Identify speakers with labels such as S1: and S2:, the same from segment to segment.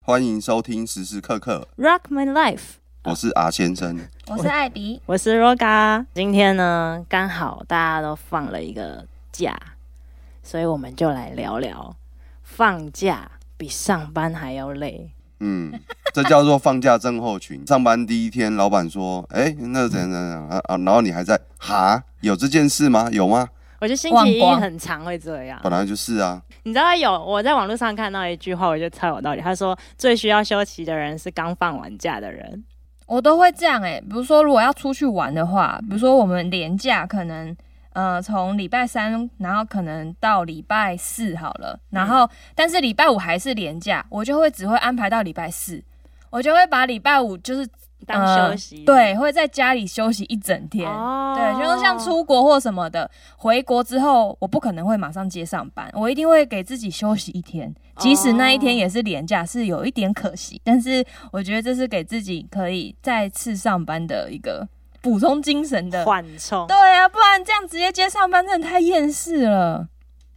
S1: 欢迎收听时时刻刻，
S2: Rock My Life。
S1: 我是阿先生。
S3: 我是艾比，
S2: 我是 Roga，今天呢刚好大家都放了一个假，所以我们就来聊聊放假比上班还要累。
S1: 嗯，这叫做放假症候群。上班第一天，老板说：“哎、那怎样怎样啊啊？”然后你还在哈，有这件事吗？有吗？
S2: 我觉得星期一
S3: 忘光
S2: 很常会这样，
S1: 本来就是啊。
S2: 你知道有我在网络上看到一句话，我就猜我道理。他说最需要休息的人是刚放完假的人。
S3: 我都会这样哎、比如说，如果要出去玩的话，比如说我们连假可能呃从礼拜三，然后可能到礼拜四好了，然
S2: 嗯
S3: 后、但是礼拜五还是连假，我就会只会安排到礼拜四，我就会把礼拜五就是呃
S2: 当休息、
S3: 对，会在家里休息一整天。
S2: 哦
S3: 对，就是像出国或什么的，回国之后我不可能会马上接上班，我一定会给自己休息一天，即使那一天也是连假，是有一点可惜，但是我觉得这是给自己可以再次上班的一个补充精神的。
S2: 缓冲，
S3: 对啊，不然这样直接接上班真的太厌世了。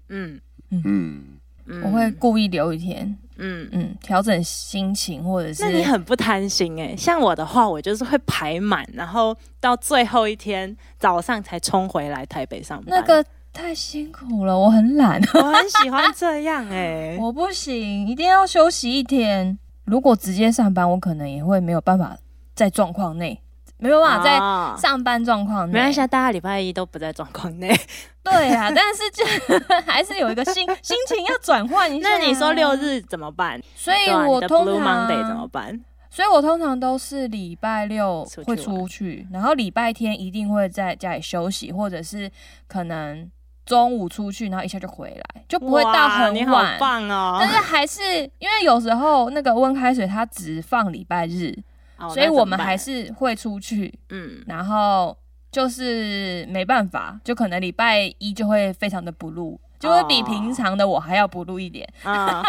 S2: 嗯
S1: 嗯，
S2: 嗯
S3: 我会故意留一天，
S2: 嗯。
S3: 嗯，调整心情或者是
S2: 那你很不贪心哎、像我的话，我就是会排满，然后到最后一天早上才冲回来台北上班。
S3: 那个太辛苦了，我很懒。
S2: 我很喜欢这样 哎、
S3: 我不行，一定要休息一天。如果直接上班，我可能也会没有办法在状况内，没有办法
S2: 啊
S3: 在上班状况内。
S2: 没关系啊，大家礼拜一都不在状况 内。
S3: 对啊， 但是这还是有一个心心情要转换一下。啊
S2: 那你说六，日怎么办？
S3: 所以
S2: 对啊
S3: 哎我
S2: 你的
S3: 通
S2: Blue Monday 怎么
S3: 常，
S2: 办？
S3: 所以我通常都是礼拜六
S2: 出去
S3: 会
S2: 玩
S3: 出去，然后礼拜天一定会在家里休息，或者是可能中午出去，然后一下就回来，就不会到
S2: 哇
S3: 很
S2: 你好
S3: 晚。
S2: 棒哦
S3: 但！是还是因为有时候那个温开水它只放礼拜日，
S2: 哦
S3: 所以我们
S2: 那
S3: 还
S2: 怎么
S3: 是会出去，
S2: 办嗯
S3: 然后就是没办法，就可能礼拜一就会非常的不录，就会比
S2: 哦
S3: 平常的我还要不录一点。
S2: 啊，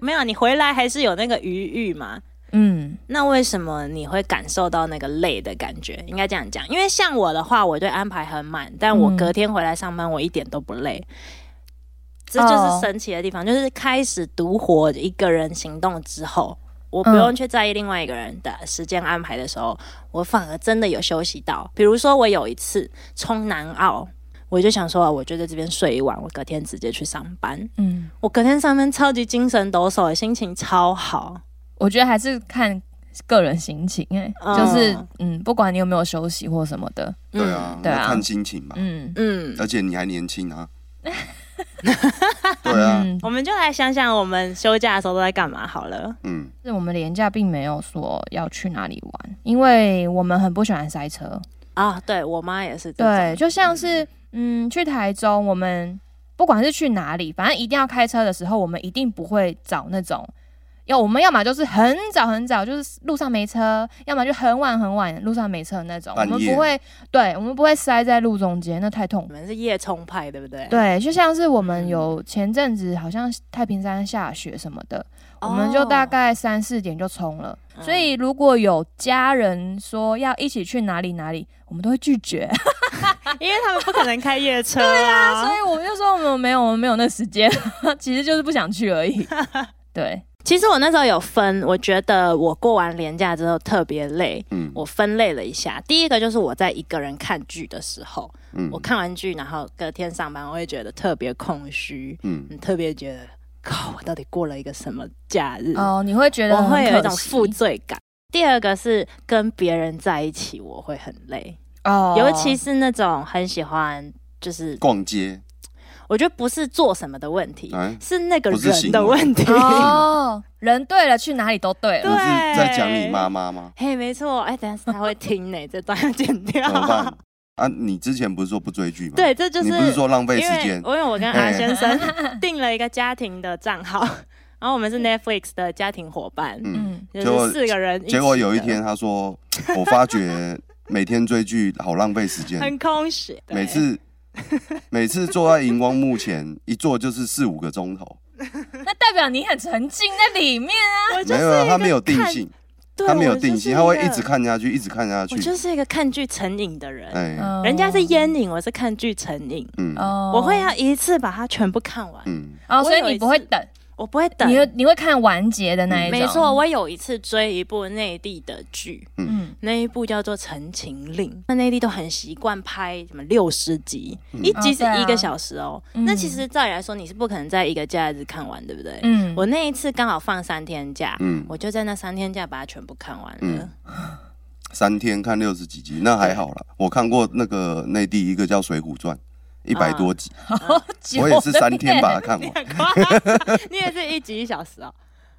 S2: 没有，你回来还是有那个余裕嘛？
S3: 嗯，
S2: 那为什么你会感受到那个累的感觉？应该这样讲，因为像我的话，我对安排很满，但我
S3: 嗯
S2: 隔天回来上班，我一点都不累。
S1: 嗯
S2: 这就是
S3: 哦
S2: 神奇的地方，就是开始独活一个人行动之后，我不
S3: 嗯
S2: 用去在意另外一个人的时间安排的时候，我反而真的有休息到。比如说，我有一次冲南澳，我就想说，啊我就在这边睡一晚，我隔天直接去上班。
S3: 嗯，
S2: 我隔天上班超级精神抖擞，心情超好。
S3: 我觉得还是看个人心情、欸，
S2: 嗯
S3: 就是嗯，不管你有没有休息或什么的，
S1: 对啊，
S3: 对啊
S1: 那看心情嘛。
S3: 嗯，
S2: 嗯，
S1: 而且你还年轻 啊。对啊，
S3: 嗯，
S2: 我们就来想想我们休假的时候都在干嘛好了。
S1: 嗯，
S3: 是我们廉价并没有说要去哪里玩，因为我们很不喜欢塞车，
S2: 啊，对我妈也是这种。
S3: 对，就像是嗯，去台中，我们不管是去哪里，反正一定要开车的时候，我们一定不会找那种。要我们要么就是很早很早，就是路上没车；要么就很晚很晚，路上没车的那种。我
S1: 半夜
S3: 们不会，对我们不会塞在路中间，那太痛
S2: 你
S3: 苦。
S2: 们是夜冲派，对不对？，
S3: 对，就像是我们
S2: 嗯
S3: 有前阵子好像太平山下雪什么的，我们就大、概三四点就冲了。所以如果有家人说要一起去哪里哪里，我们都会拒绝。
S2: 因为他们不可能开夜车、 对啊，
S3: 所以我就说我们没有，我们没有那时间， 其实就是不想去而 已。对，
S2: 其实我那时候有分，我觉得我过完年假之后特别累。
S1: 嗯
S2: 我分类了一下，第一个就是我在一个人看剧的时候，
S1: 嗯
S2: 我看完剧，然后隔天上班，我会觉得特别空虚，
S1: 嗯
S2: 嗯，特别觉得，靠，我到底过了一个什么假日？
S3: 哦，你会觉得
S2: 我
S3: 很
S2: 会有一
S3: 可
S2: 种
S3: 惜
S2: 负罪感。第二个是跟别人在一起，我会很累，
S3: 哦，
S2: 尤其是那种很喜欢，就是
S1: 逛街，
S2: 我觉得不是做什么的问题，
S1: 哎，
S2: 是那个
S1: 不是
S2: 人
S1: 行
S2: 的
S1: 为
S2: 问题。
S3: 哦，人对了，去哪里都对
S1: 不
S3: 了。
S1: 是在讲
S2: 对
S1: 你妈妈吗？
S2: 嘿，没错，哎，等一下他会听呢， 这段要剪掉
S1: 怎。么办？啊，你之前不是说不追剧吗？，
S2: 对，这就是
S1: 你不是说浪费
S2: 因
S1: 时
S2: 为
S1: 间？
S2: 因为我跟阿
S1: 哎
S2: 先生 订了一个家庭的账号，然后我们是 Netflix 的家庭伙伴，
S1: 嗯，
S3: 嗯，
S2: 就
S1: 结果
S2: 是四个人。
S1: 结果有一天他说， 我发觉每天追剧好浪费时间，
S2: 很空虚，对
S1: 每次每次坐在荧光幕前一坐就是四五个钟头，
S3: 那代表你很沉浸在里面啊。
S2: 我 就
S1: 没
S2: 是
S1: 有他
S2: 一
S1: 没有
S2: 个
S1: 定
S2: 看
S1: 性，
S2: 对
S1: 他没有
S2: 我就
S1: 定
S2: 是
S1: 性，他会
S2: 个
S1: 一直看下去，一直看下去
S2: 我。就是呃一个看剧成瘾的人，
S1: 哎，
S3: 哦
S2: 嗯人家是烟瘾，我是看剧成瘾，
S1: 嗯
S3: 哦
S2: 我会要一次把它全部看完。
S1: 嗯，
S3: 哦，
S2: 啊我
S3: 所以
S2: 有一
S3: 你不会
S2: 次
S3: 等
S2: 我不会等嗯
S3: 你。会你会看完结的那一种，
S2: 没错，，我有一次追一部内地的剧，
S3: 嗯，
S2: 那一部叫做《陈情令》，那内地都很习惯拍什么六十集，
S1: 嗯
S2: 一集是
S3: 哦对啊
S2: 一个小时哦。
S3: 嗯
S2: 那其实照理来说，你是不可能在一个假日看完，对不对？
S3: 嗯
S2: 我那一次刚好放三天假，
S1: 嗯
S2: 我就在那三天假把它全部看完了。
S1: 嗯三天看六十几集，那还好啦。我看过那个内地一个叫《水浒传》，一百多集，
S2: 啊
S1: 我也是三天把它看
S2: 你
S1: 完。
S2: 很夸张， 你也是一集一小时哦。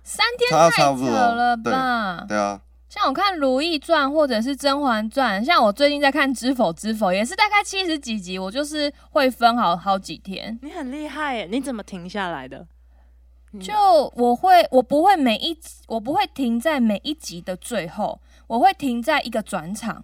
S3: 三天
S1: 差
S3: 太
S1: 差不
S3: 久
S1: 多
S3: 了吧？
S1: 对啊，
S3: 像我看《如懿传》或者是《甄嬛传》，像我最近在看《知否知否》，也是大概七十几集，我就是会分好好几天。
S2: 你很厉害耶！你怎么停下来的？嗯
S3: 就我会，我不会每一，我不会停在每一集的最后，我会停在一个转场。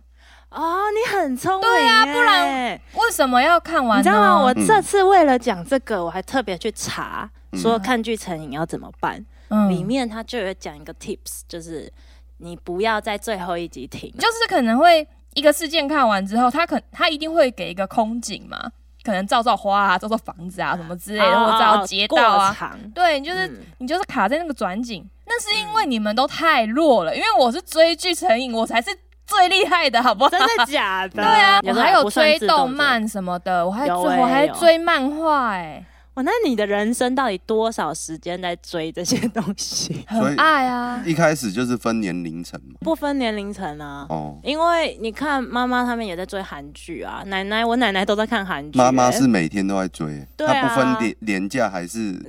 S2: 哦，你很聪明耶。
S3: 对啊不然哦为什么要看完呢？
S2: 你知道吗？我
S1: 嗯
S2: 这次为了讲这个，我还特别去查，说看剧成瘾要怎么办。
S3: 嗯
S2: 里面他就有讲一个 tips，就是你不要在最后一集停。
S3: 就是可能会一个事件看完之后，他可他一定会给一个空景嘛，可能照照花啊，照照房子啊什么之类的，
S2: 哦
S3: 或
S2: 哦
S3: 者照街道
S2: 过
S3: 啊。
S2: 场
S3: 对，你就是、
S2: 嗯
S3: 你就是卡在那个转景，那是因为你们都太弱了，因为我是追剧成瘾，我才是最厉害的，好不好？
S2: 真的假的？对
S3: 对啊，我还有追动。漫什么的，我还追
S2: 有欸
S3: 我还
S2: 有
S3: 追漫画，哎，？
S2: 哇，那你的人生到底多少时间在追这些东西
S1: 所以
S3: 很爱啊，
S1: 一开始就是分年龄层嘛。
S2: 不分年龄层啊。
S1: 哦，
S2: 因为你看妈妈他们也在追韩剧啊，奶奶我奶奶都在看韩剧欸、
S1: 妈妈是每天都在追，
S2: 对
S1: 她
S2: 啊
S1: 不分年年假还是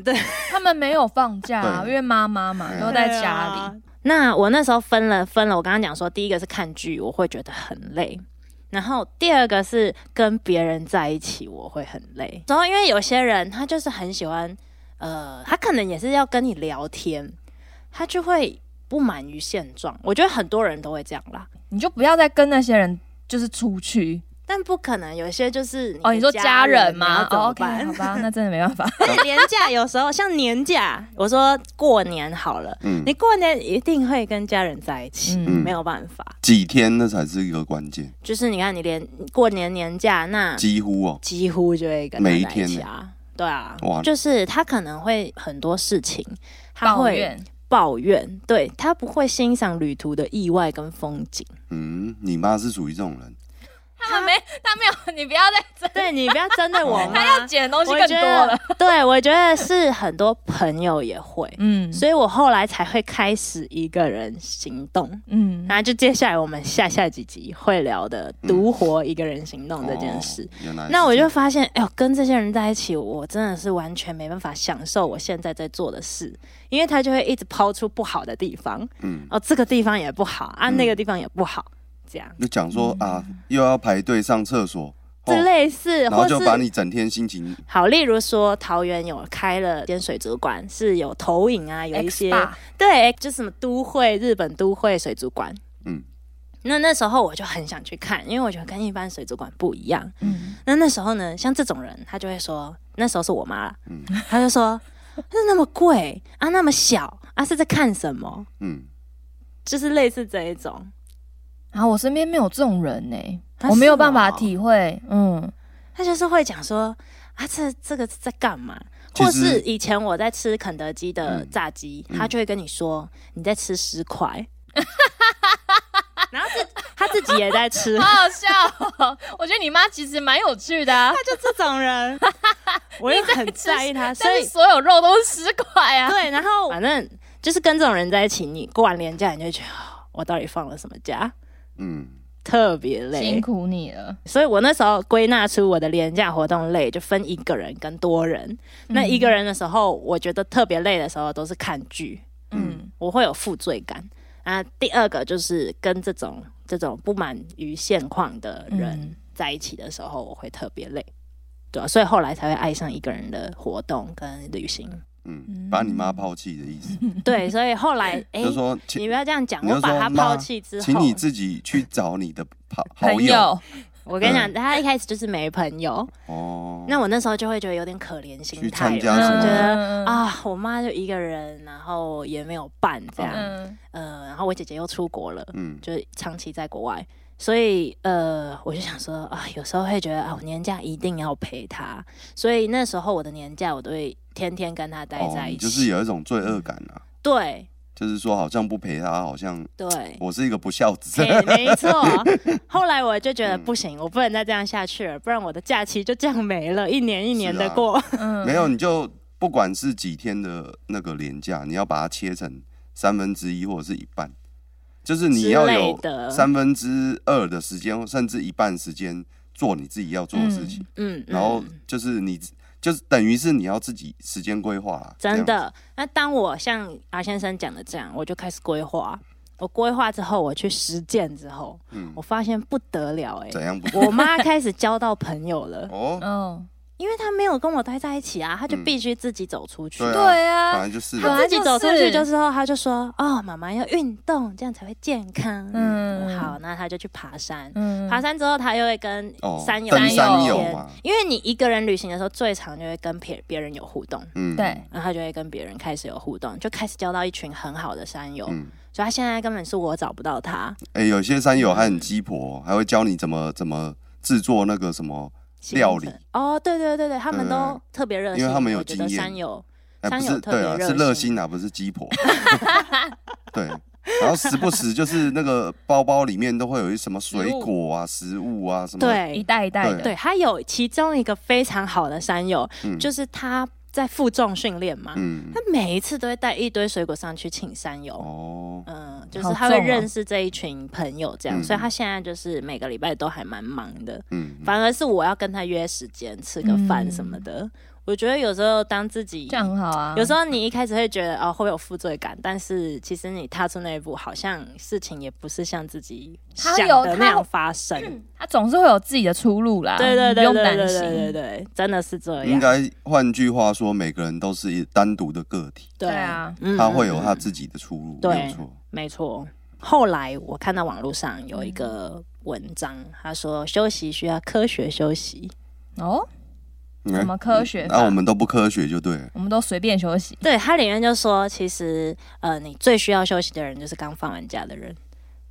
S3: 他们没有放假啊，
S1: 对
S3: 因为妈妈嘛
S1: 对啊
S3: 都在家里，
S2: 里。那我那时候分了分了，我刚刚讲说，第一个是看剧，我会觉得很累。然后第二个是跟别人在一起，我会很累。然后因为有些人他就是很喜欢，呃，他可能也是要跟你聊天，他就会不满于现状。我觉得很多人都会这样啦，
S3: 你就不要再跟那些人就是出去，
S2: 但不可能有些就是
S3: 哦，你说家人吗哦
S2: 你要怎么
S3: o k
S2: 办？
S3: 好吧，那真的没办法。
S2: 年假有时候像年假，我说过年好了，
S1: 嗯
S2: 你过年一定会跟家人在一起，
S1: 嗯
S2: 没有办法。
S1: 几天，那才是一个关键。
S2: 就是你看，你连过年年假那
S1: 几乎哦，
S2: 几乎就会跟他在
S1: 每一
S2: 一
S1: 天
S2: 起
S1: 呢
S2: 啊，对啊
S1: 哇，
S2: 就是他可能会很多事情，他
S3: 抱
S2: 会
S3: 怨，
S2: 抱怨，对他不会欣赏旅途的意外跟风景。
S1: 嗯，你妈是属于这种人，
S3: 他们没，他没有， 你不要再真，
S2: 对你不要针对我
S3: 他要
S2: 妈，
S3: 捡的东西
S2: 我
S3: 更
S2: 觉
S3: 多了
S2: 得。，对我觉得是很多朋友也会。
S3: 嗯
S2: 所以我后来才会开始一个人行动。
S3: 嗯，
S2: 那就接下来我们下下几集会聊的独活一个人行动这件事。
S1: 嗯哦原来是
S2: 那我
S1: 这
S2: 就
S1: 样
S2: 发现，哎呦，跟这些人在一起，我真的是完全没办法享受我现在在做的事，因为他就会一直抛出不好的地方，
S1: 嗯，
S2: 哦，这个地方也不好啊，那个地方也不好，这样，
S1: 就讲说啊，又要排队上厕所，哦
S2: 这嗯类似，
S1: 然后
S2: 或
S1: 就把
S2: 是
S1: 你整天心情
S2: 好，例如说桃园有开了间水族馆，是有投影啊，有一
S3: X
S2: 些
S3: 吧，
S2: 对，就是什么都会日本都会水族馆。
S1: 嗯
S2: 嗯，那那时候我就很想去看，因为我觉得跟一般水族馆不一样。
S3: 嗯，
S2: 那那时候呢，像这种人，他就会说，那时候是我妈啦，
S1: 嗯
S2: 他就说，那那么贵啊，那么小啊，是在看什么？
S1: 嗯，
S2: 就是类似这一种。
S3: 然后我身边没有这种人呢、
S2: 啊
S3: 我没有办法
S2: 是哦
S3: 体会，嗯，
S2: 他就是会讲说啊，这这个是在干嘛？
S1: 其
S2: 或
S1: 实
S2: 是以前我在吃肯德基的炸鸡，
S1: 嗯嗯
S2: 他就会跟你说你在吃十块， 然后自 他自己也在吃，
S3: 好好笑哦、 我觉得你妈其实蛮有趣的、啊，
S2: 就这种人， 我又很在意他，所
S3: 但
S2: 以
S3: 是啊所有肉都是十块 啊。
S2: 对，然后 反正就是跟这种人在一起，你过完年假，你就会觉得哦我到底放了什么假，
S1: 嗯，
S2: 特别
S3: 辛
S2: 累。
S3: 苦你了，
S2: 所以我那时候归纳出我的廉价活动累，就分一个人跟多人。那一个人的时候，我觉得特别累的时候都是看剧，
S3: 嗯，
S2: 我会有负罪感。啊，第二个就是跟这种这种不满于现况的人
S3: 嗯
S2: 在一起的时候，我会特别累，对啊，所以后来才会爱上一个人的活动跟旅行。
S1: 嗯，把你妈抛弃的意思，
S2: 对，所以后来哎、
S1: 就说请
S2: 你不要这样讲，
S1: 你就
S2: 我
S1: 说
S2: 把他
S1: 妈
S2: 抛弃之后，
S1: 请你自己去找你的好好
S3: 朋
S1: 友
S3: 友，
S2: 我跟你讲，他一开始就是没朋友，
S1: 哦。
S2: 那我那时候就会觉得有点可怜心
S1: 去
S2: 态
S1: 参
S2: 了，
S1: 加什
S2: 我
S1: 么
S2: 觉得。
S3: 嗯，
S2: 啊，我妈就一个人，然后也没有伴这样，
S3: 嗯，
S2: 呃，然后我姐姐又出国了，
S1: 嗯
S2: 就是长期在国外，所以呃，我就想说啊，有时候会觉得啊，我年假一定要陪他，所以那时候我的年假我都会天天跟他待
S1: 哦
S2: 在，一
S1: 你
S2: 起，
S1: 就是有一种罪恶感啊，
S2: 对
S1: 就是说好像不陪他，好像
S2: 对。
S1: 我是一个不孝 子。
S2: 嘿没错，后来我就觉得不行，我不能再这样下去了，不然我的假期就这样没了，一年一年
S1: 是
S2: 的
S1: 啊
S2: 过。
S3: 嗯，
S1: 没有，你就不管是几天的那个年假，你要把它切成三分之一或者是一半，就是你要
S2: 之类
S1: 有
S2: 的
S1: 三分之二的时间，甚至一半时间做你自己要做的事情，
S2: 嗯，
S1: 然后
S2: 嗯
S1: 就是你就是等于是你要自己时间规划啦，这
S2: 真
S1: 样子。
S2: 的。那当我像阿先生讲的这样，我就开始规划。我规划之后，我去实践之后，我发现不得了哎、
S1: 怎样不，
S2: 我嗯妈开始交到朋友了
S1: 哦，
S3: 哦，
S2: 因为她没有跟我待在一起啊，她就必须自己走出去。
S1: 对啊本
S3: 对啊，
S1: 来就是
S3: 本
S1: 的
S3: 好
S2: 她
S3: 来
S2: 自己
S3: 就
S2: 走出去
S3: 是
S2: 就是后，她就说：“哦，妈妈要运动，这样才会健康。”
S3: 嗯
S2: 嗯，好，那她就去爬山。
S3: 嗯，
S2: 爬山之后，她又会跟
S1: 哦，
S2: 山友
S1: 登山友
S2: 聊天
S1: 嘛，
S2: 因为你一个人旅行的时候，最常就会跟别别人有互动。
S1: 嗯，
S3: 对，
S2: 然后他就会跟别人开始有互动，就开始交到一群很好的山友。
S1: 嗯，
S2: 所以他现在根本是我找不到他
S1: 哎，有些山友还很鸡婆，哦还会教你怎么怎么制作那个什么。料理嗯
S2: 行程哦，对对对对，他们都特别热心，
S1: 因为他们有
S2: 我觉得
S1: 经验
S2: 山友
S1: 哎，
S2: 山
S1: 不
S2: 友
S1: 是，
S2: 特
S1: 对
S2: 别
S1: 啊，
S2: 热
S1: 是热
S2: 心
S1: 心啊，不是鸡 婆。对，然后时不时就是那个包包里面都会有一什么水果啊、食物啊什么。，
S2: 对
S3: 一代一代的，
S2: 对，他有其中一个非常好的山友，
S1: 嗯
S2: 就是他在负重训练嘛，
S1: 嗯
S2: 他，每一次都会带一堆水果上去请山友。
S1: 哦，
S2: 嗯，就是
S3: 好
S2: 他会
S3: 重哦
S2: 认识这一群朋友，这样，
S1: 嗯
S2: 所以他现在就是每个礼拜都还蛮忙的。
S1: 嗯，
S2: 反而是我要跟他约时间吃个饭什么的。我觉得有时候当自己
S3: 嗯这样很好啊。
S2: 有时候你一开始会觉得哦会有负罪感，但是其实你踏出那一步，好像事情也不是像自己
S3: 他
S2: 想
S3: 有
S2: 的
S3: 他
S2: 那样
S3: 有
S2: 发生。
S3: 他总是会有自己的出路啦，
S2: 对对
S3: 你不
S2: 对
S3: 用
S2: 对对
S3: 担
S2: 对对
S3: 心。
S2: 对，真的是这
S1: 应
S2: 样。
S1: 该换句话说，每个人都是一单独的个体，
S2: 对
S3: 对啊，
S2: 嗯
S1: 他会有他自己的出路，
S2: 对
S1: 没有错。
S2: 没错。后来我看到网络上有一
S1: 嗯
S2: 个文章，他说休息需要科学休息。
S3: 哦，
S1: 嗯
S3: 怎么科学
S1: 那
S3: 法
S1: 我们都不科学就对了。
S3: 我们都随便休息。
S2: 对，它里面就说，其实呃，你最需要休息的人就是刚放完假的人。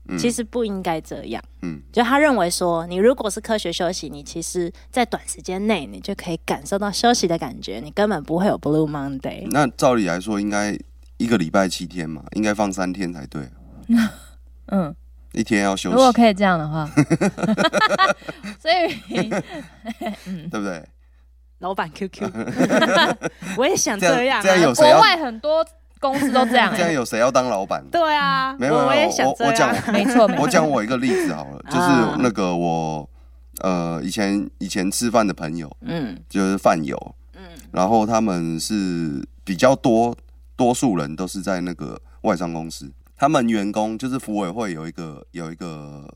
S1: 嗯
S2: 其实不应该这样。
S1: 嗯
S2: 嗯，就他认为说，你如果是科学休息，你其实在短时间内你就可以感受到休息的感觉，你根本不会有 Blue Monday。
S1: 那照理来说，应该一个礼拜七天嘛，应该放三天才对，
S3: 嗯，
S1: 一天要休
S3: 如果
S1: 息，
S3: 可以这样的话，所以
S1: 对不对？
S2: 老板 QQ，我也想
S1: 这样
S2: 这样、啊。
S1: 这样有谁
S3: 国
S1: 要
S3: 外很多公司都这样
S1: 这样
S3: 欸。
S1: 有谁要当老板？
S2: 对啊，
S1: 没有没有
S2: 我我也
S1: 我
S2: 想这
S1: 我讲
S2: 样。
S3: 没错，没
S1: 我
S3: 错。
S1: 讲我一个例子好 了，
S3: 啊
S1: 就是那个我呃以前以前吃饭的朋友，
S2: 嗯
S1: 就是饭友，
S2: 嗯
S1: 然后他们是比较多，多数人都是在那个外商公司，他们员工就是服委会有一个有一个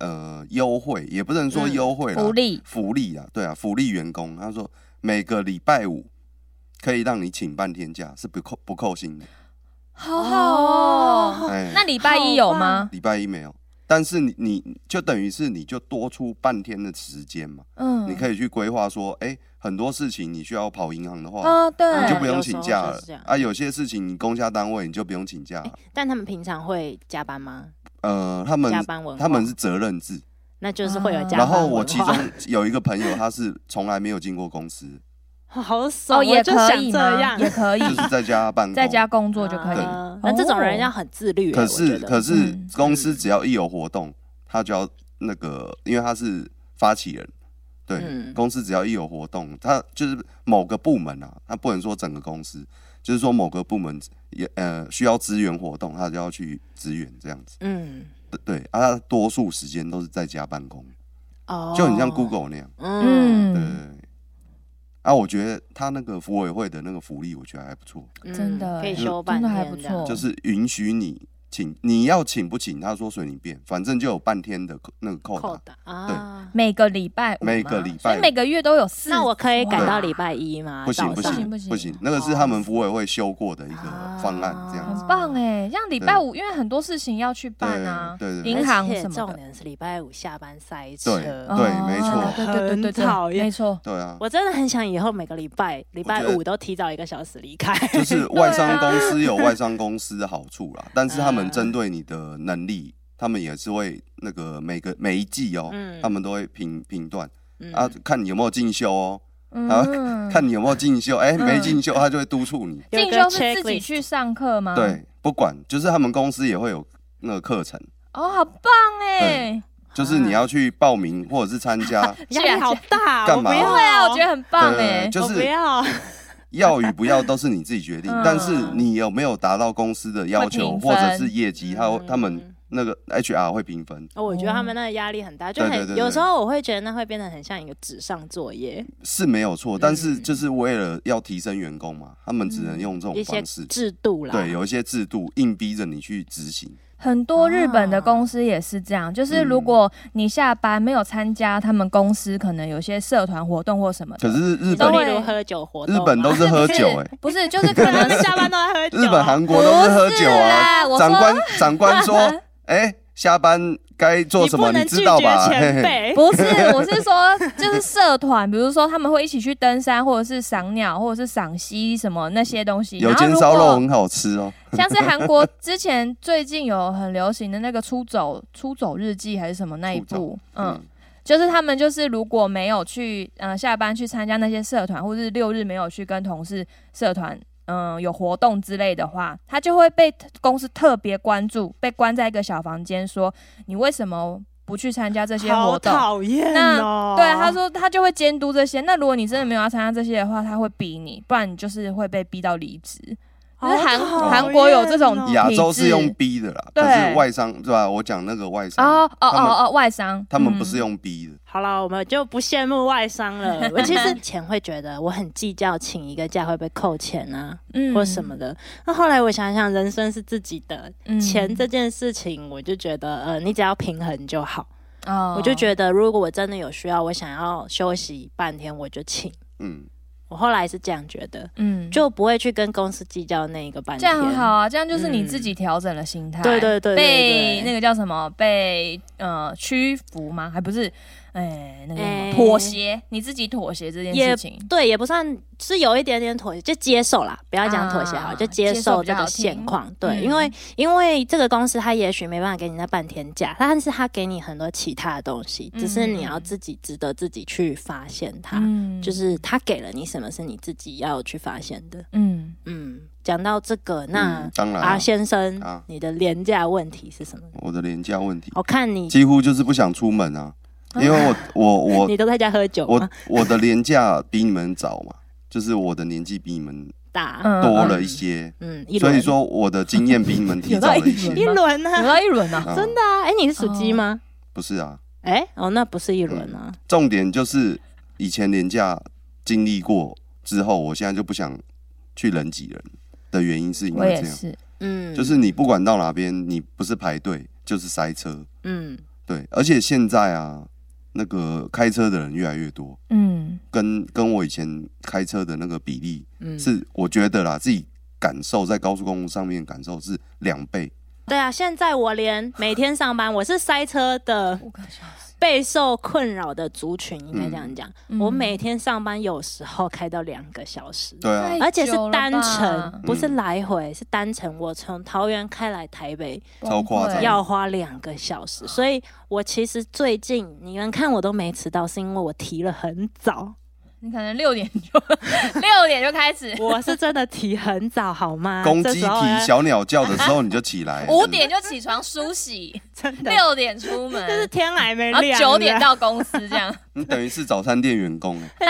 S1: 呃优惠，也不能说
S2: 嗯
S1: 优惠啦，
S3: 福利，
S1: 福利啊，对啊，福利员工，他说每个礼拜五可以让你请半天假，是不扣不扣薪的，
S3: 好好哦。
S1: 哎
S3: 那礼拜一有吗？
S1: 礼拜一没有，但是你你就等于是你就多出半天的时间嘛，
S3: 嗯，
S1: 你可以去规划说，哎、很多事情你需要跑银行的话，
S3: 哦，对，
S1: 你就
S2: 嗯
S1: 不用
S2: 有时
S1: 请
S2: 候
S1: 假
S2: 就
S1: 了
S2: 是这样
S1: 啊。有些事情你公家单位你就不用请假了。
S2: 但他们平常会加班吗？
S1: 呃，他们
S2: 加班文化
S1: 他们是责任制，
S2: 那就是会有
S3: 啊
S2: 加班
S1: 然
S2: 文化。
S1: 后我其中有一个朋友，他是从来没有进过公司，
S2: 好爽，
S3: 哦，
S2: 我
S3: 也
S2: 就
S3: 可
S2: 想
S3: 以
S2: 这
S3: 吗？
S2: 样
S3: 也可以
S1: 就，是哦在家办公，
S3: 在家工作就可以。
S2: 啊那这种人要很自律欸、
S1: 可
S2: 我
S1: 是
S2: 觉得
S1: 可是
S3: 嗯
S1: 公司只要一有活动，他就要那个，因为他是发起人，对，
S2: 嗯
S1: 公司只要一有活动，他就是某个部门啊，他不能说整个公司，就是说某个部门也呃需要支援活动，他就要去支援这样子。
S2: 嗯
S1: 对对，啊，他多数时间都是在家办公，
S2: 哦，
S1: 就很像 Google 那样。
S2: 嗯
S1: 对对
S3: 嗯，
S1: 对。啊，我觉得他那个服委会的那个福利，我觉得还不错，
S2: 嗯
S3: 真的
S2: 可以
S3: 就
S2: 休半
S3: 真的
S2: 天，
S3: 还不错
S1: 就是允许你请，你要请不请，他说随你便，反正就有半天的扣那个扣打。
S2: 扣的啊。
S3: 每个礼拜五吗，
S1: 每个礼拜
S3: 所以每个月都有四。啊
S2: 那我可以改
S1: 哇
S2: 到礼拜一吗？
S1: 不行
S2: 早
S1: 不
S2: 上
S1: 行
S3: 不行
S1: 不行，那哦个是他们服委会修过的一个方案，这样子。
S3: 很棒哎，像礼拜五，因为很多事情要去办啊，
S1: 对对对
S3: 银行
S2: 而且
S3: 什么
S2: 重
S3: 的。
S2: 点是礼拜五下班塞
S1: 对
S2: 车，
S1: 对
S3: 哦
S1: 没错
S3: 对对对对
S2: 很
S3: 对，
S2: 讨厌
S3: 没错。
S1: 对啊，
S2: 我真的很想以后每个礼拜礼拜
S1: 我觉得
S2: 五都提早一个小时离开。
S1: 就是外商公司有外商公司的好处啦，但是他们针对你的能力，他们也是会那个每个每一季哦，
S2: 嗯
S1: 他们都会评评断
S2: 嗯
S1: 啊，看你有没有进修哦，啊
S3: 嗯，
S1: 看你有没有进修，哎，
S3: 嗯
S1: 没进修他就会督促你，
S2: 有
S3: 进
S2: 个
S3: 修是自己
S2: checklist
S3: 去上课吗？，
S1: 对，不管就是他们公司也会有那个课程，
S3: 哦，好棒哎！
S1: 就是你要去报名或者是参 加，
S2: 压力好大，
S1: 干
S2: 我不
S1: 嘛
S2: 要，
S3: 对啊，我觉得很棒哎
S1: 对，。就
S2: 欸我不
S1: 是
S2: 要，
S1: 要与不要都是你自己决 定
S3: 嗯，
S1: 但是你有没有达到公司的要
S3: 会
S1: 求
S3: 评
S1: 或者
S3: 分
S1: 是业绩，他
S2: 嗯
S1: 他们那个 HR 会评分，
S2: 哦我觉得他们那个压力很大，就
S1: 哦对
S2: 很
S1: 对对对
S2: 有时候我会觉得那会变得很像一个纸上作业，
S1: 是没有
S2: 嗯
S1: 错，但是就是为了要提升员工嘛，他们只能用这
S2: 嗯
S1: 种
S2: 一些
S1: 方式。
S2: 制度啦。
S1: 对，有一些制度硬逼着你去执行。
S3: 很多日本
S1: 啊
S3: 的公司也是这样，
S1: 嗯
S3: 就是如果你下班没有参加他们公司可能有些社团活动或什么的，
S1: 可是日
S2: 你说
S1: 本
S3: 都会
S2: 例如喝酒活动啊
S1: 日
S2: 吗，
S1: 本 都是喝酒哎、
S3: 不是，就是可能
S2: 下班都在喝酒啊，
S1: 日本韩 国都是喝酒啊。
S3: 不是啦我
S1: 长
S3: 说
S1: 官长官说， 哎、下班该做
S2: 你
S1: 什
S2: 不
S1: 么
S2: 能
S1: 你
S2: 拒
S1: 知
S2: 绝
S1: 道吧？嘿
S2: 前
S1: 嘿，
S2: 辈，
S3: 不是，
S1: 啊
S3: 我是说就是社团，比如说他们会一起去登山，或者是赏鸟，或者是赏析什么那些东西。
S1: 有
S3: 然后
S1: 间
S3: 如
S1: 烧肉
S3: 果
S1: 很好吃哦。
S3: 像是韩国 之前最近有很流行的那个出走出走日记还是什么那一
S1: 出
S3: 部
S1: 走，
S3: 嗯
S1: 嗯，
S3: 就是他们就是如果没有去呃下班去参加那些社团，或是六日没有去跟同事社团嗯、呃有活动之类的话，他就会被公司特别关注，被关在一个小房间，说你为什么不去参加这些活
S2: 好
S3: 动？
S2: 讨厌哦。
S3: 对，他说他就会监督这些。那如果你真的没有要参加这些的话，他会逼你，不然你就是会被逼到离职。
S2: 好讨厌
S3: 就是韩
S2: 哦
S3: 韩国有这种
S2: 嗯
S1: 亚洲是
S3: 体
S1: 用
S3: 制
S1: 逼的啦，
S3: 哦对
S1: 可是外商对吧？我讲那个外商，
S3: 哦哦
S1: 他们
S3: 哦哦外商，
S1: 他们不
S3: 嗯
S1: 是用逼的，
S2: 好了，我们就不羡慕外商 了。我其实以前会觉得我很计较，请一个假会被扣钱啊，
S3: 嗯
S2: 或什么的。那后来我想想，人生是自己的，
S3: 嗯
S2: 钱这件事情，我就觉得，呃，你只要平衡就好。
S3: 哦
S2: 我就觉得，如果我真的有需要，我想要休息半天，我就请。
S1: 嗯，
S2: 我后来是这样觉得，
S3: 嗯
S2: 就不会去跟公司计较那一个半
S3: 这
S2: 天。
S3: 样很好啊，这样就是你
S2: 嗯
S3: 自己调整了心态，
S2: 对对对对对
S3: 被那个叫什么被呃屈服吗？还不是，哎，那个叫什么
S2: 哎
S3: 妥协，你自己妥协这件
S2: 也
S3: 事情，
S2: 对，也不算是有一点点妥协，就接受啦，不要讲妥协好，
S3: 啊
S2: 就接
S3: 接受
S2: 受
S3: 比较
S2: 这
S3: 好
S2: 个
S3: 听
S2: 现况。对，
S3: 嗯
S2: 因为因为这个公司它也许没办法给你那半天假，但是它给你很多其他的东西，只是你要自己值得自己去发现它。
S3: 嗯
S2: 就是他给了你什么是你自己要去发现的。
S3: 嗯，
S2: 嗯，讲到这个，那
S1: 嗯、当然
S2: 阿
S1: 啊
S2: 先生，
S1: 啊
S2: 你的廉价问题是什么？
S1: 我的廉价问题
S3: 哦
S2: 我看你
S1: 几乎就是不想出门啊，因为 我我我
S2: 你都在家喝酒
S1: 我
S2: 吗？
S1: 我的年假比你们早嘛，就是我的年纪比你们
S2: 打
S3: 嗯
S1: 多了一些，
S2: 嗯，一
S1: 所
S2: 轮
S1: 以说我的经验比你们提早了一
S3: 有到
S2: 一
S1: 些。
S2: 轮呢、
S3: 有到一轮啊，哦
S1: 啊
S2: 真的啊？哎、你是属鸡吗？
S1: 不是啊，
S2: 哎、哦，那不是一轮啊。
S1: 重点就是以前年假经历过之后，我现在就不想去人挤人的原 因是因
S3: 我
S1: 为
S3: 也
S1: 这样，
S3: 是，
S2: 嗯，
S1: 就是你不管到哪边，你不是排队就是塞车，
S2: 嗯，
S1: 对，而且现在啊，那个开车的人越来越多，
S3: 嗯
S1: 跟跟我以前开车的那个比例
S2: 嗯
S1: 是我觉得啦，自己感受在高速公路上面感受是两倍，
S2: 对啊。现在我连每天上班，我是塞车的
S3: 五个小时，
S2: 备受困扰的族群，应该这样讲。
S3: 嗯
S2: 我每天上班有时候开到两个小时，
S1: 对嗯啊，
S2: 而且是单
S3: 太久了吧
S2: 程，不是来回，是单程。我从桃园开来台北
S1: 超夸张
S3: 崩溃
S2: 要花两个小时，所以我其实最近你们看我都没迟到，是因为我提了很 早。
S3: 你可能六点就 六点就开始，
S2: 我是真的提很早，好吗？
S1: 公
S2: 这
S1: 鸡
S2: 时候
S1: 啼
S2: 呢
S1: 小鸟叫的时候你就起来，
S3: 五点就起床梳洗，
S2: 啊 真的
S3: 六点出门，
S2: 就是天还没
S3: 然后
S2: 亮，啊
S3: 九 点。到公司这样，哎，
S1: 你等于是早餐店员工欸，
S3: 哎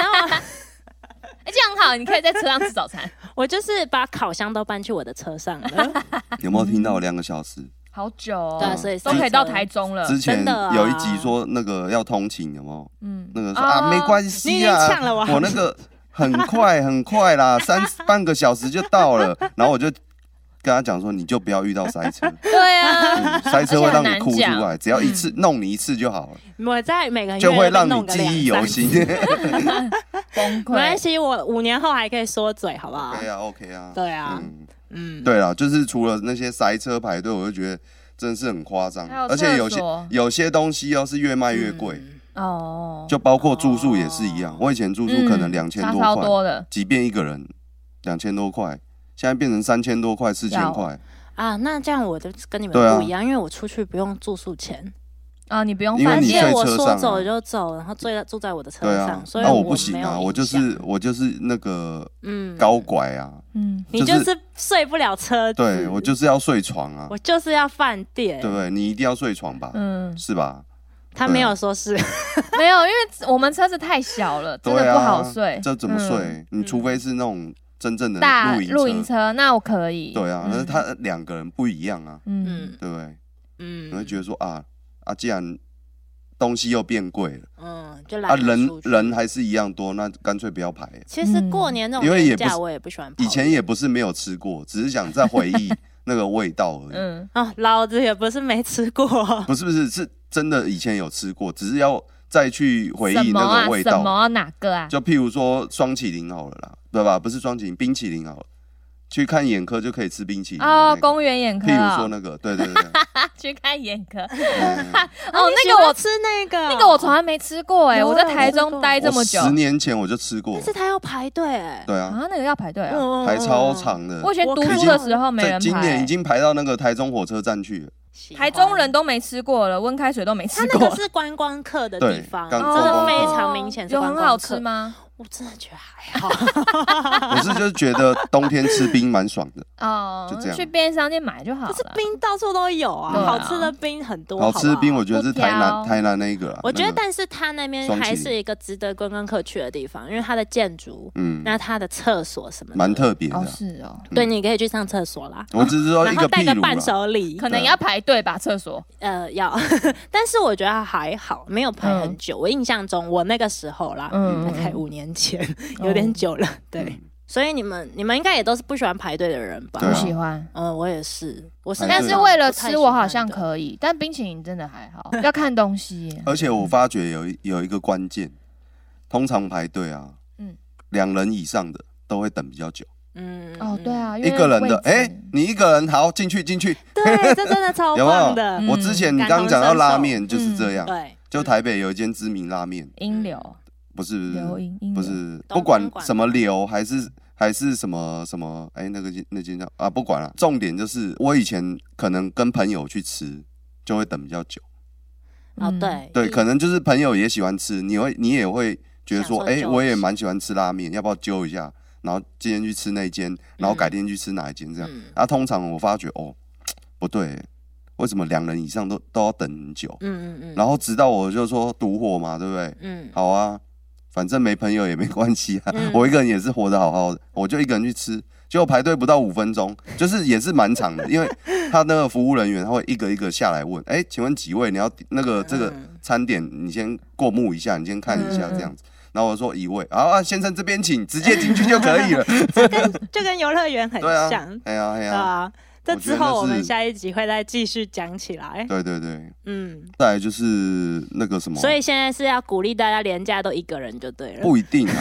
S3: 这样很好，你可以在车上吃早餐，
S2: 我就是把烤箱都搬去我的车上 了，
S1: 有没有听到两个小时？
S3: 好久哦，
S2: 对啊，所以
S3: 都可以
S2: 塞车
S3: 到台。中了，
S1: 之前
S2: 真的啊
S1: 有一集说那个要通勤，有没有？
S3: 嗯，
S1: 那个说
S3: 哦
S1: 啊，没关
S2: 你已
S1: 系
S2: 经
S1: 啊
S2: 呛了我，
S1: 我那个很快很快 啦，三半个小时就到了。然后我就跟他讲说，你就不要遇到塞 车，
S3: 对啊，
S1: 嗯塞车会让你哭
S3: 而且
S1: 出
S3: 很难
S1: 来，只要一次弄你一次就好了，
S2: 我在每个月
S1: 就会
S2: 都
S1: 让
S2: 哎弄
S1: 你
S2: 个
S1: 记忆
S2: 两
S1: 犹
S2: 三次
S1: 新。
S3: 崩
S2: 没关
S3: 溃。
S2: 系，我五年后还可以说嘴，好不好？
S1: 对啊，OK 啊，
S2: 对啊
S1: 嗯，
S2: 嗯，
S1: 对啦，就是除了那些塞车排队，我就觉得真的是很夸张
S3: 还有，
S1: 而且有
S3: 厕
S1: 些
S3: 所
S1: 有些东西哦是越卖越贵。
S2: 嗯
S3: 哦，
S1: 就包括住宿也是一样。我以前住宿可能
S3: 嗯
S1: 两千
S3: 差
S1: 多
S3: 超
S1: 块，
S3: 多的，
S1: 即便一个人两千多块，现在变成三千多块、四千块，
S2: 啊，那这样我就跟你们
S1: 对啊
S2: 不一样，因为我出去不用住宿钱，
S3: 啊，你不用
S1: 因为
S3: 饭
S2: 而
S1: 你睡
S2: 且
S3: 店
S1: 在
S2: 我
S1: 车
S2: 说
S1: 上
S2: 走
S1: 啊
S2: 就走，然后住在住在我的车
S1: 对
S2: 上，
S1: 啊，
S2: 所以
S1: 那我
S2: 我
S1: 不行
S2: 没有
S1: 啊，
S2: 影
S1: 我就
S2: 响
S1: 是我就是那个
S2: 嗯
S1: 高拐啊，
S3: 嗯，
S2: 你
S1: 就
S2: 就是是睡不了车子，
S1: 对我就是要睡床啊，
S2: 嗯我就是要饭店，
S1: 对不对？你一定要睡床吧，
S3: 嗯，
S1: 是吧？
S2: 他
S1: 对
S2: 没
S1: 啊
S2: 有说是，
S3: 没有，因为我们车子太小了，真
S1: 对
S3: 的
S1: 啊，
S3: 不好睡。
S1: 这怎么
S3: 嗯？
S1: 睡？你除非是那种真正的
S3: 大
S1: 露
S3: 露
S1: 营
S3: 营
S1: 车，
S3: 车，那我可以。
S1: 对啊，
S3: 嗯
S1: 但是他两个人不一样啊，
S3: 嗯
S2: 嗯
S1: 对不对？你会
S2: 嗯
S1: 觉得说啊啊，既然东西又变贵了，
S2: 嗯，就
S1: 啊
S2: 懒得
S1: 人
S2: 出去
S1: 人还是一样多，那干脆不要排。啊
S2: 其实
S3: 嗯
S2: 过年那种
S1: 因为也
S2: 年
S1: 不
S2: 假
S1: 是
S2: 我也不喜欢跑
S1: 以前也不是没有吃过，只是想再回 忆那个味道而已。
S3: 嗯
S2: 啊，老子也不是没吃过，
S3: 哦
S1: 不是不是，是真的以前有吃过，只是要再去回
S3: 什
S1: 忆
S3: 么
S1: 那
S3: 啊
S1: 个味
S3: 什
S1: 道。
S3: 么啊哪个啊？
S1: 就譬如说双麒麟好了啦，对吧？不是双麒麟，冰淇淋好了，去看眼科就可以吃冰淇淋的那
S3: 哦，
S1: 个
S3: 公园眼科
S1: 譬如说
S3: 哦，
S1: 那个，对对对， 对
S3: 去看眼 科。
S1: 嗯
S3: 哦，
S2: 你
S3: 那
S2: 喜
S3: 个
S2: 欢
S3: 我
S2: 吃那个
S3: 那个我从来没吃过哎，
S2: 有啊
S3: 啊我在台中待这么
S1: 我
S3: 久
S1: 十年前我就吃过
S2: 但，是他要排队哎、
S1: 对啊，
S3: 啊，那个要排队啊。
S2: 嗯
S1: 排超，长的
S3: 我以，前读书的时候没
S1: 在
S3: 人
S1: 今年
S3: 排
S1: 已，经排到那个台中火车站去了，
S2: 喜欢
S3: 台中人。都没吃过了，温开水都没
S2: 他
S3: 吃
S2: 那
S3: 过
S2: 个。是观光客的地
S1: 对
S2: 方，真
S1: 刚
S2: 的
S1: 观光
S2: 非
S1: 客
S2: 常明显是
S3: 哦有
S2: 观
S3: 很
S2: 光
S3: 好
S2: 客
S3: 吃。吗？
S2: 我真的觉得还好，
S1: 我是就是觉得冬天吃冰蛮爽的，
S3: 哦
S1: 就这，样
S3: 去便利商店买就好
S2: 可是
S3: 了。
S2: 冰到处都有啊，
S3: 对啊
S2: 好吃的冰很多。
S1: 好吃的冰
S2: 好不好
S1: 我觉得是台南
S3: 不挑
S1: 台南那一个啦，
S2: 我觉得，
S1: 那个
S2: 但是他那边
S1: 双
S2: 还
S1: 麒麟
S2: 是一个值得观光客去的地方，因为它的建筑，
S1: 嗯，
S2: 那它的厕所什么的，
S1: 蛮特别的
S3: 哦，
S1: 啊。
S3: 是哦，
S2: 对，你可以去上厕所啦。
S1: 我只是说
S2: 然
S1: 一
S2: 后
S1: 个
S2: 带
S1: 譬
S2: 个
S1: 如啊
S2: 伴
S1: 啦，嗯
S2: 手礼，
S3: 可能要排队吧，厕所。
S2: 呃，要， 但是我觉得还好，没有排很
S1: 嗯
S2: 久。我印象中，我那个时候啦，
S3: 嗯
S2: 大概五年前，
S1: 嗯
S2: 有点久了。对，所以你们你们应该也都是不喜欢排队的人吧？
S1: 对啊
S3: 不喜欢。
S2: 嗯，我也是，我是
S1: 排
S2: 那
S1: 队
S3: 但
S2: 种
S3: 是为了
S2: 不太
S3: 吃，
S2: 喜
S3: 我
S2: 欢
S3: 好像
S2: 的。
S3: 可以，但冰淇淋真的还 好，要看东西耶。
S1: 而且我发觉有一有一个关键，通常排队啊，
S3: 嗯
S1: 两人以上的都会等比较久，
S2: 嗯
S3: 哦，对，啊，因
S1: 一
S3: 为
S1: 个人的，
S3: 位
S1: 哎
S3: 置，
S1: 你一个人好进去进去，
S2: 嗯 对，这真的超
S1: 有
S2: 棒
S1: 没有
S2: 的。嗯
S3: 嗯？
S1: 我之前刚刚讲到拉面就是这样，
S2: 对，
S1: 就台北有一间知名拉面，
S3: 音流
S1: 不是
S3: 流音音
S1: 嗯不
S3: 流
S1: 是，
S2: 嗯东
S1: 不管
S2: 东莞
S1: 什么
S2: 吗
S1: 流还是还是什么什么，哎、那个间那间叫啊，不管了。重点就是我以前可能跟朋友去吃，就会等比较久。
S2: 哦
S3: 嗯
S2: 对
S1: 对，
S2: 一
S1: 可能就是朋友也喜欢吃，你会你也会觉得
S2: 想
S1: 说，
S2: 说
S1: 哎、
S2: 揪
S1: 我也
S2: 一下
S1: 蛮喜欢吃拉面，要不要揪一下？然后今天去吃那间，然后改天去吃哪一间这样。
S2: 嗯
S1: 啊，通常我发觉哦，不对，为什么两人以上都都要等很久？
S2: 嗯嗯嗯
S1: 然后直到我就说独火嘛，对不对？
S2: 嗯，
S1: 好啊，反正没朋友也没关系啊，
S2: 嗯
S1: 我一个人也是活得好好的，我就一个人去吃，结果排队不到五分钟，就是也是蛮长的，因为他那个服务人员他会一个一个下来问，哎、请问几位你要那个这个
S2: 嗯
S1: 餐点，你先过目一下，你先看一下
S3: 嗯嗯
S1: 这样子。然后我说一位，好啊，先生这边请，直接进去就可以了。
S2: 就跟游 乐园很
S1: 对啊
S2: 像，，
S1: 哎呀哎
S2: 对
S1: 呀，
S2: 啊。这
S1: 我觉
S2: 之
S1: 得那
S2: 后我们
S1: 是
S2: 下一集会再继续讲起来。
S1: 对对对。
S2: 嗯，
S1: 再来就是那个什么，
S2: 所以现在是要鼓励大家廉价都一个人就对了。
S1: 不一定 啊。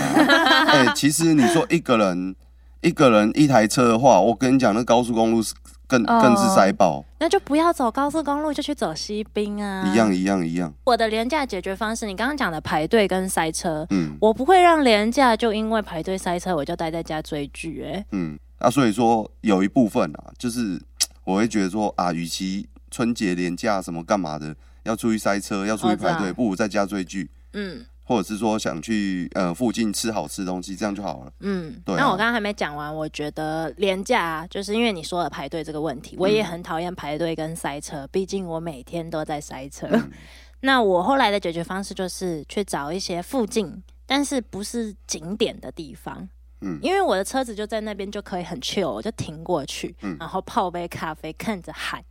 S1: 哎、其实你说一个人一个人一台车的话，我跟你讲，那高速公路是更
S3: 哦
S1: 更是塞爆，
S2: 那就不要走高速公路，就去走西滨啊。
S1: 一样。一样一样。
S2: 我的廉价解决方式，你刚刚讲的排队跟塞车，
S1: 嗯
S2: 我不会让廉价就因为排队塞车，我就待在家追剧、欸。
S1: 嗯，啊，所以说有一部分啊，就是我会觉得说啊，与其春节连假什么干嘛的，要出去塞车，要出去
S2: 哦
S1: 排
S2: 这
S1: 队，
S2: 样
S1: 不如在家追剧，
S2: 嗯
S1: 或者是说想去呃附近吃好吃东西，这样就好了。
S2: 嗯。
S1: 对啊
S2: 那我刚刚还没讲完，我觉得廉价、啊、就是因为你说了排队这个问题，我也很讨厌排队跟塞车，毕竟我每天都在塞车。
S1: 嗯
S2: 那我后来的解决方式就是去找一些附近，但是不是景点的地方。
S1: 嗯
S2: 因为我的车子就在那边，就可以很 chill，我就停过去，
S1: 嗯
S2: 然后泡杯咖啡，看着海。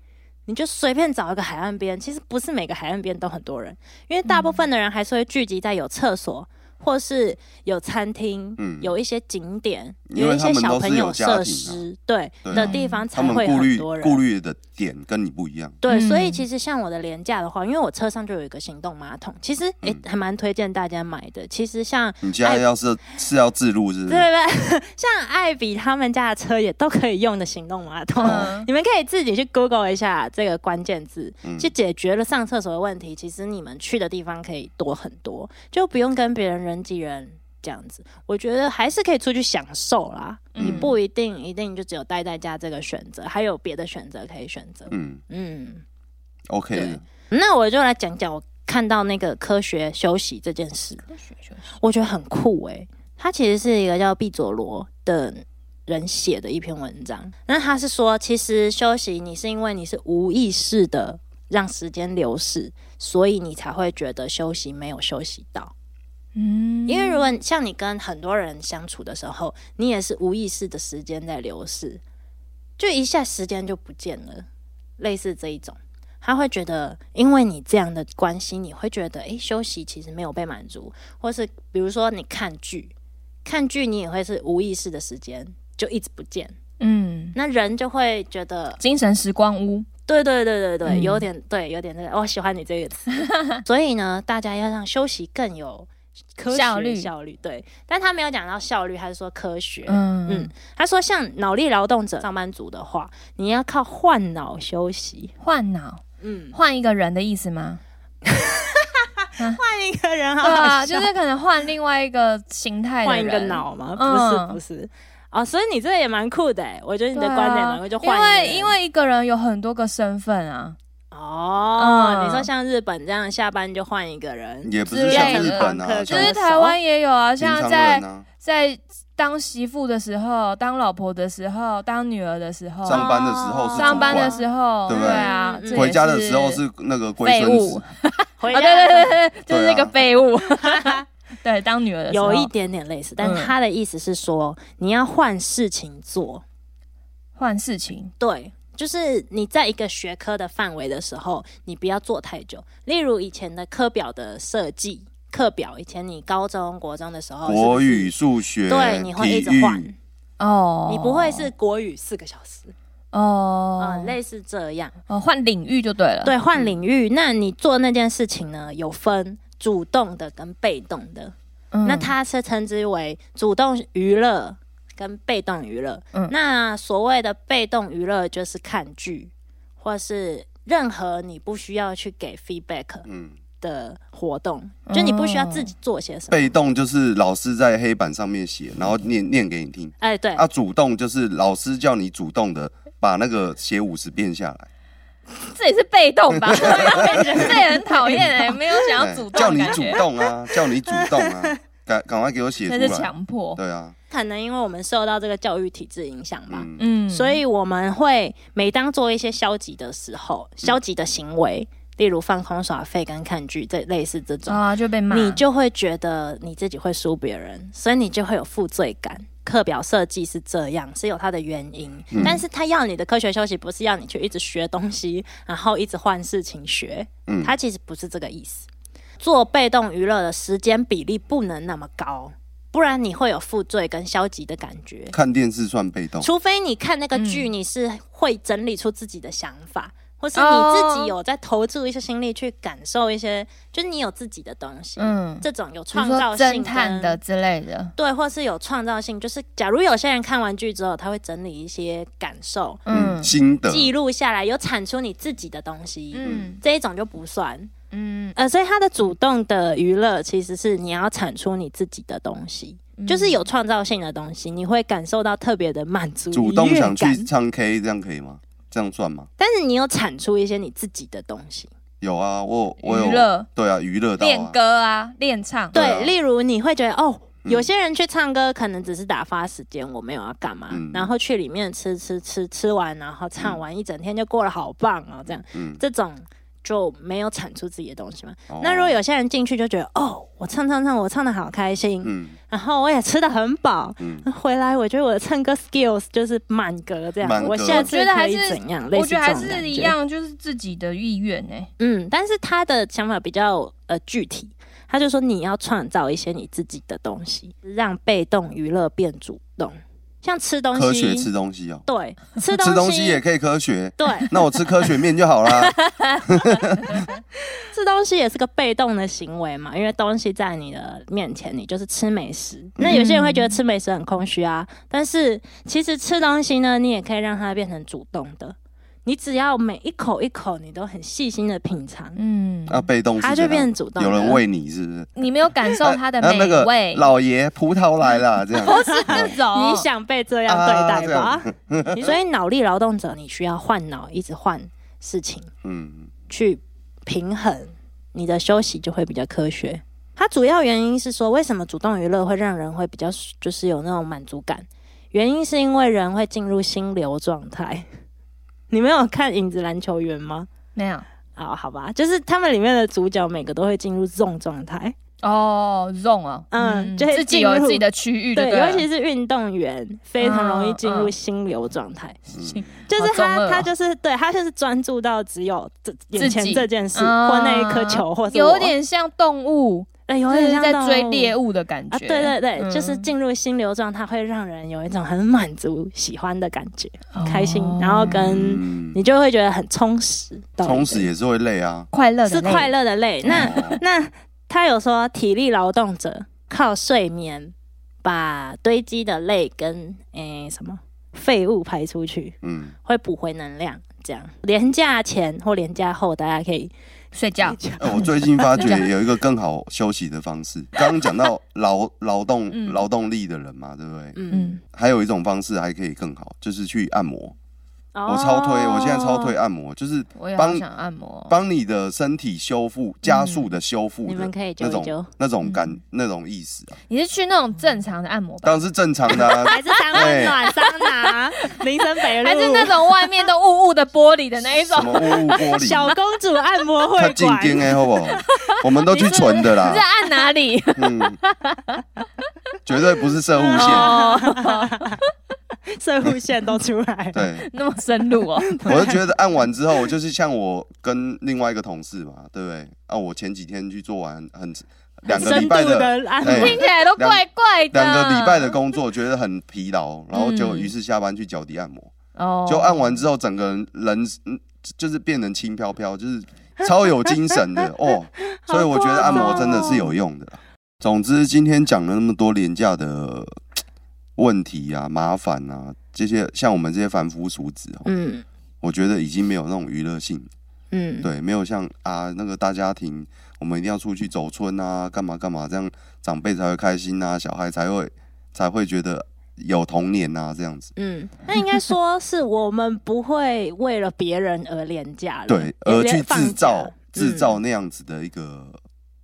S2: 你就随便找一个海岸边，其实不是每个海岸边都很多人，因为大部分的人还是会聚集在有厕所或是有餐厅、
S1: 嗯
S2: 有一些景点、
S1: 因
S2: 有
S1: 为
S2: 一
S1: 他
S2: 些
S1: 们
S2: 小
S1: 都是
S2: 朋友
S1: 有家庭啊
S2: 设施对
S1: 对啊
S2: 的地方
S1: 他
S2: 才
S1: 们
S2: 会
S1: 顾
S2: 很
S1: 虑
S2: 多人。
S1: 顾虑的点跟你不一样。
S2: 对，所以
S3: 嗯
S2: 其实像我的廉价的话，因为我车上就有一个行动马桶，其实也、
S1: 嗯
S2: 还蛮推荐大家买的。其实像
S1: 你家
S2: 哎
S1: 要是是要自录是不
S2: 对
S1: 是？
S2: 对 对，像艾比他们家的车也都可以用的行动马桶，
S3: 嗯
S2: 你们可以自己去 Google 一下这个关键字，
S1: 嗯
S2: 去解决了上厕所的问题。其实你们去的地方可以多很多，就不用跟别人人挤人。这样子，我觉得还是可以出去享受啦，
S3: 嗯
S1: 你
S2: 不一定一定就只有待在家这个选择，还有别的选择可以选择。
S1: 嗯
S2: 嗯，
S1: ，OK 的。
S2: 那我就来讲讲我看到那个科学休息这件事，
S3: 科学休
S1: 嗯
S3: 息
S2: 我觉得很酷诶、它其实是一个叫毕佐罗的人写的一篇文章。那他是说，其实休息你是因为你是无意识的让时间流逝，所以你才会觉得休息没有休息到。
S3: 嗯
S2: 因为如果像你跟很多人相处的时候，你也是无意识的时间在流逝，就一下时间就不见了，类似这一种，他会觉得，因为你这样的关系，你会觉得，诶，休息其实没有被满足，或是比如说你看剧，看剧你也会是无意识的时间就一直不见，
S3: 嗯，
S2: 那人就会觉得
S3: 精神时光屋，
S2: 对对对对对，
S3: 嗯
S2: 有点对，有点这个，我喜欢你这个 词。所以呢，大家要让休息更有科学
S3: 效率
S2: 效率对。但他没有讲到效率，他是说科学。
S3: 嗯
S2: 嗯，他说像脑力劳动者、上班族的话，你要靠换脑休息。
S3: 换脑
S2: 嗯，
S3: 换一个人的意思吗？
S2: 换一个人 好
S3: 对啊，
S2: 好
S3: 就
S2: 笑，
S3: 是可能换另外一个形态，
S2: 换一个，脑吗？
S3: 嗯
S2: 不是不是。哦，所以你这个也蛮酷的哎，我觉得你的
S3: 对啊
S2: 观点蛮酷，就
S3: 因
S2: 换一个
S3: 为
S2: 人
S3: 因为一个人有很多个身份啊，
S2: 哦，
S3: 嗯
S2: 你说像日本这样下班就换一个人，
S1: 也不
S3: 之
S1: 是
S3: 类
S1: 像
S3: 的
S1: 日本啊，
S2: 朋克
S3: 就
S1: 像
S3: 是
S2: 歌手
S3: 台湾也有啊，
S1: 平
S3: 像
S1: 常
S3: 在
S1: 人啊，
S3: 在当媳妇的时候，当老婆的时候，当女儿的时候，
S1: 上班的时候是主管
S3: 哦上班的时候，
S1: 对不
S3: 对
S1: 对
S3: 啊，
S2: 嗯
S3: 这也
S1: 回家的时候是那个龟孙
S3: 废
S1: 子
S3: 物，
S2: 回
S3: 啊，
S2: 家
S3: 对对对对，就是那
S1: 对
S3: 个
S1: 啊
S3: 废物，对，当女儿的时候
S2: 有一点点类似，但
S3: 嗯
S2: 他的意思是说，你要换事情做，
S3: 换事情，
S2: 对，就是你在一个学科的范围的时候，你不要做太久。例如以前的课表的设计，课表以前你高中国中的时候，
S1: 国
S2: 是
S1: 语、数学、
S2: 不是对，你会一
S1: 体
S2: 直
S1: 育，
S2: 换，
S3: 哦，
S2: 你不会是国语四个小时，嗯、
S3: 哦，
S2: 类似这样。
S3: 哦，换领域就对了，
S2: 对，换领域，那你做那件事情呢，有分主动的跟被动的。
S3: 嗯，
S2: 那它是称之为主动娱乐跟被动娱乐。
S3: 嗯
S2: 那所谓的被动娱乐就是看剧，或是任何你不需要去给 feedback
S1: 嗯，
S2: 的活动，
S3: 嗯
S2: 就你不需要自己做些什么。
S1: 被动就是老师在黑板上面写，然后念念给你听。
S2: 哎，对，
S1: 啊，主动就是老师叫你主动的把那个写五十遍下来，
S3: 这也是被动 吧，这也很讨厌哎，没有想要
S1: 对
S3: 主动，
S1: 叫你主，动啊，叫你主动啊， 赶赶快给我写出
S3: 那是
S1: 来。
S3: 强迫，
S1: 对啊，
S2: 可能因为我们受到这个教育体制影响吧。
S1: 嗯，
S3: 嗯，
S2: 所以我们会每当做一些消极的时候，消极的行为，例如放空耍废跟看剧，这类似这种，
S3: 啊就被骂，
S2: 你就会觉得你自己会输别人，所以你就会有负罪感。课表设计是这样，是有它的原因，但是他要你的科学休息，不是要你去一直学东西，然后一直换事情学，
S1: 嗯
S2: 它其实不是这个意思。做被动娱乐的时间比例不能那么高，不然你会有负罪跟消极的感觉。
S1: 看电视算被动，
S2: 除非你看那个剧，你是会整理出自己的想法，或是你自己有在投注一些心力去感受一些，就是你有自己的东西，
S3: 嗯，
S2: 这种有
S3: 比如
S2: 创
S3: 说
S2: 造性
S3: 侦探的
S2: 跟。
S3: 之类的，
S2: 对，或是有创造性，就是假如有些人看完剧之后，他会整理一些感受，
S1: 嗯，
S3: 嗯
S1: 心得
S2: 记录下来，有产出你自己的东西，
S3: 嗯
S2: 这一种就不算。
S3: 嗯，
S2: 呃，所以他的主动的娱乐其实是你要产出你自己的东西，
S3: 嗯
S2: 就是有创造性的东西，你会感受到特别的满足、
S1: 主动
S2: 愉悦
S1: 想
S2: 感
S1: 去唱 K，这样可以吗？这样算吗？
S2: 但是你有产出一些你自己的东西，
S1: 有啊，我有我
S3: 娱
S1: 有
S3: 乐
S1: 对啊，娱乐到
S3: 练
S1: 啊，
S3: 歌啊，练唱，
S1: 对
S2: 对，
S1: 啊
S2: 例如你会觉得哦。
S1: 嗯
S2: 有些人去唱歌，可能只是打发时间，我没有要干嘛，
S1: 嗯
S2: 然后去里面吃吃吃吃完，然后唱完一整天就过了，好棒哦！这样
S1: 嗯，
S2: 这种就没有产出自己的东西嘛。
S1: 哦
S2: 那如果有些人进去就觉得，哦，我唱唱唱，我唱的好开心，
S1: 嗯
S2: 然后我也吃的很饱，
S1: 嗯，
S2: 回来我觉得我的唱歌 skills 就是满格这样
S1: 满，格
S2: 我下次
S3: 我觉得
S2: 可
S3: 还
S2: 以
S3: 是
S2: 怎样？类
S3: 我
S2: 似
S3: 觉
S2: 这
S3: 得还
S2: 种感
S3: 是一
S2: 觉
S3: 样，就是自己的意愿欸呢、
S2: 嗯，但是他的想法比较呃具体，他就说你要创造一些你自己的东西，让被动娱乐变主动，像吃东西，
S1: 科学吃东西哦，
S2: 对，吃东西
S1: 吃东西也可以科 学，
S2: 对，
S1: 那我吃科学面就好啦。
S2: 吃东西也是个被动的行为嘛，因为东西在你的面前，你就是吃美食。那有些人会觉得吃美食很空虚啊，但是其实吃东西呢，你也可以让它变成主动的。你只要每一口一口你都很细心的品尝，
S3: 嗯，
S1: 那被动是
S2: 它
S1: 怎
S2: 就
S1: 样
S2: 变主动
S1: 有人
S2: 了
S1: 喂你是不是？
S3: 你没有感受它的
S1: 然后哎那
S3: 美
S1: 个
S3: 味，
S1: 老爷葡萄来 了，这样
S3: 不是这种，
S2: 你想被这样对待
S3: 啊
S2: 吧？ 所以脑力劳动者，你需要换脑，一直换事情
S1: 嗯，
S2: 去平衡，你的休息就会比较科学。它主要原因是说，为什么主动娱乐会让人会比较就是有那种满足感？原因是因为人会进入心流状态。 你没有看《影子篮球员》吗？
S3: 没有
S2: 啊，好吧，就是他们里面的主角每个都会进入这种状态，
S3: 哦，zone 哦，
S2: 嗯就会
S3: 自己
S2: 进入
S3: 有自己的区域就
S2: 对，
S3: 对了，
S2: 尤其是运动员非常容易进
S3: 嗯
S2: 入
S3: 嗯
S2: 心流状态，
S1: 嗯
S3: 是
S2: 就是
S3: 好
S2: 他、
S3: 中二哦
S2: 他就是对他就是专注到只有这眼
S3: 自己
S2: 前这件事
S3: 啊
S2: 或那一颗球，或是我
S3: 有点像动物，
S2: 哎有
S3: 就
S2: 点
S3: 是
S2: 像
S3: 在
S2: 动
S3: 追
S2: 物
S3: 猎物的感觉，
S2: 啊，对对对，
S3: 嗯
S2: 就是进入心流状态会让人有一种很满足、喜欢的感觉，
S3: 哦
S2: 开心，然后跟
S1: 嗯，
S2: 你就会觉得很充实，到
S1: 充
S2: 一
S1: 实
S2: 个
S1: 也是会累啊。
S3: 快乐的
S2: 是
S3: 类
S2: 快，乐的累。那
S1: 哦
S2: 那他有说，体力劳动者靠睡眠把堆积的累跟诶、什么废物排出去，
S1: 嗯，
S2: 会补回能量。这样，廉价前或廉价后，大家可以
S3: 睡觉，
S1: 哎我最近发觉有一个更好休息的方 式。刚刚讲到劳劳动
S3: 嗯
S1: 劳动力的人嘛，对不对？
S2: 嗯，
S3: 嗯，
S1: 还有一种方式还可以更好，就是去按摩。
S2: 我
S1: 我超推，我现在超
S2: 哦
S1: 推。按摩，就是
S3: 我也好
S1: 帮
S3: 想按摩，啊
S1: 帮你的身体修复、加速的修复
S2: 嗯你
S1: 的
S2: 们可以揪
S1: 那
S2: 一嗯揪
S1: 种，那种感那种意思啊，
S3: 你是去那种正常的按摩吧
S1: 当？然是正常的啊。
S2: 还是三温暖桑拿、林森北路，
S3: 还是那种外面都雾雾的玻璃的那一种
S1: 什，么雾雾玻
S2: 小
S1: 璃，
S2: 公主按 摩
S1: 他
S2: 会
S1: 进
S2: 馆？
S1: 京哎，好不好？我们都去纯的啦
S3: 你是，按哪里？
S1: 嗯，绝对不是射护线。
S3: 哦，
S2: 射护线都出来了。
S1: 对，
S3: 那么深入 哦，
S1: 我就觉得按完之后，我就是像我跟另外一个同事嘛，对不对？啊，我前几天去做完很两个
S2: 深
S1: 礼
S2: 度
S1: 拜的
S2: 的按摩，
S1: 哎
S3: 听起来都怪怪的。
S1: 两个礼拜的工作，觉得很疲劳，然后就
S3: 嗯
S1: 于是下班去脚底按摩。
S3: 哦
S1: 就按完之后，整个人人嗯就是变成轻飘飘，就是超有精神的哦。所以我觉得按摩真的是有用的啦。总之，今天讲了那么多廉价的问题啊、麻烦啊，这些像我们这些凡夫俗子哦，
S2: 嗯
S1: 我觉得已经没有那种娱乐性，
S2: 嗯，
S1: 对，没有像啊那个大家庭，我们一定要出去走村啊，干嘛干嘛，这样长辈才会开心啊，小孩才会才会觉得有童年啊，这样子。
S2: 嗯，那应该说是我们不会为了别人而廉价了，
S1: 对，
S2: 也
S1: 而去
S2: 放假
S1: 制造制造
S2: 嗯
S1: 那样子的一个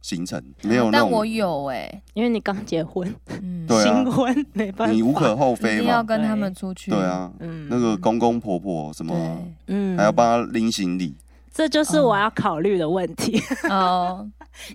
S1: 行程，没有那
S3: 但
S1: 种
S3: 我有哎，
S2: 因为你刚结婚，
S3: 嗯，
S1: 对啊
S2: 新婚没办法，
S1: 你无可厚
S3: 一
S1: 非
S3: 定要
S1: 嘛，
S3: 跟他们出去。
S1: 对，啊，
S2: 嗯
S1: 那个公公婆婆什么
S3: 对，
S2: 嗯
S1: 还要帮他拎行李，
S2: 这就是我要考虑的问题。
S3: 哦，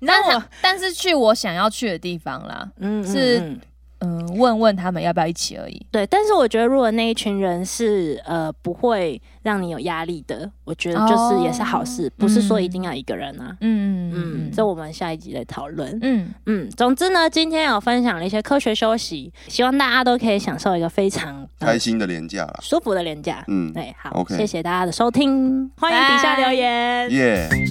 S3: 但
S2: 那我
S3: 是但是去我想要去的地方啦，
S2: 嗯
S3: 是
S2: 嗯嗯
S3: 嗯，问问他们要不要一起而已。
S2: 对，但是我觉得如果那一群人是呃不会让你有压力的，我觉得就是也是好事，
S3: 哦
S2: 不是说一
S3: 嗯
S2: 定要一个人啊。
S3: 嗯
S2: 嗯，
S3: 嗯，
S2: 这我们下一集再讨论。
S3: 嗯
S2: 嗯，总之呢，今天有分享了一些科学休息，希望大家都可以享受一个非常、呃
S1: 开心的廉价啦，
S2: 舒服的廉价。
S1: 嗯，
S2: 对，好
S1: OK
S2: 谢谢大家的收听，欢迎底下留言。
S1: 耶。